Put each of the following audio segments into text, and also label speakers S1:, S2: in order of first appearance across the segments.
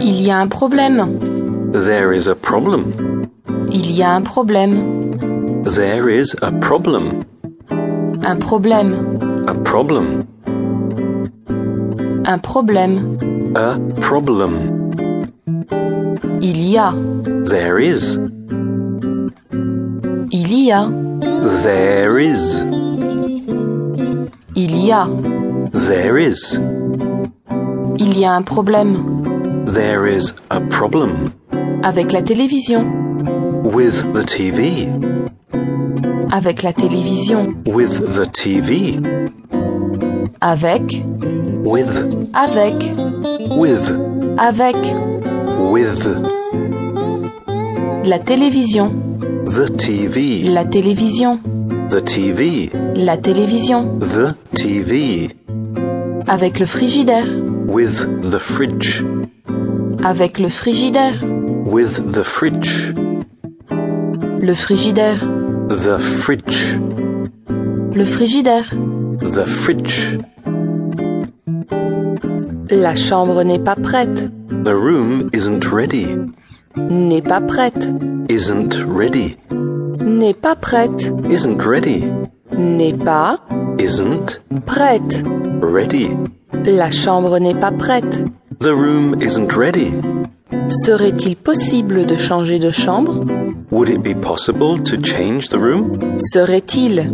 S1: y a un problème.
S2: There is a problem.
S1: Il y a un problème.
S2: There is a problem.
S1: Un problème.
S2: A problem.
S1: Un problème.
S2: A problem.
S1: Il y a.
S2: There is.
S1: Il y a.
S2: There is.
S1: Il y a.
S2: There is.
S1: Il y a un problème.
S2: There is a problem.
S1: Avec la télévision.
S2: With the TV.
S1: Avec la télévision.
S2: With the TV.
S1: Avec.
S2: With.
S1: Avec.
S2: With.
S1: Avec.
S2: With.
S1: La télévision.
S2: The TV.
S1: La télévision.
S2: The TV.
S1: La télévision.
S2: The TV.
S1: Avec le frigidaire.
S2: With the fridge.
S1: Avec le frigidaire.
S2: With the fridge.
S1: Le frigidaire.
S2: The fridge.
S1: Le frigidaire.
S2: The fridge.
S1: La chambre n'est pas prête.
S2: The room isn't ready.
S1: N'est pas prête.
S2: Isn't ready.
S1: N'est pas prête.
S2: Isn't ready.
S1: N'est pas
S2: Isn't
S1: prête.
S2: ready.
S1: La chambre n'est pas prête.
S2: The room isn't ready.
S1: Serait-il possible de changer de chambre
S2: Would it be possible to change the room?
S1: Serait-il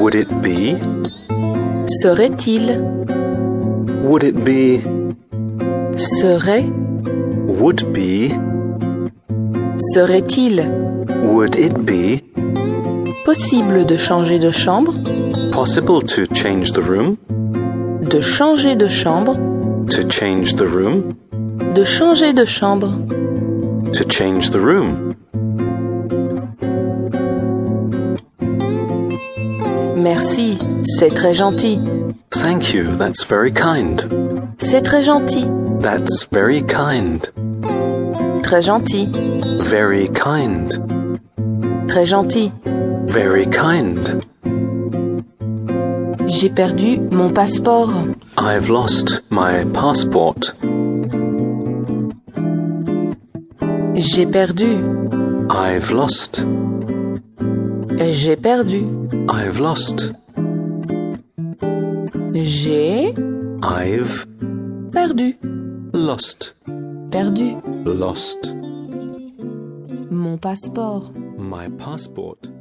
S2: Would it be?
S1: Serait-il
S2: Would it be?
S1: Serait
S2: Would be?
S1: Serait-il
S2: Would it be
S1: possible de changer de chambre
S2: possible to change the room?
S1: De changer de chambre
S2: To change the room?
S1: De changer de chambre
S2: To change the room.
S1: Merci, c'est très gentil.
S2: Thank you. That's very kind.
S1: C'est très gentil.
S2: That's very kind.
S1: Très gentil.
S2: Very kind.
S1: Très gentil.
S2: Very kind.
S1: J'ai perdu mon passeport.
S2: I've lost my passport.
S1: J'ai perdu.
S2: I've lost.
S1: J'ai perdu.
S2: I've lost.
S1: J'ai
S2: I've
S1: perdu.
S2: lost.
S1: Perdu.
S2: Lost.
S1: Mon passeport.
S2: My passport.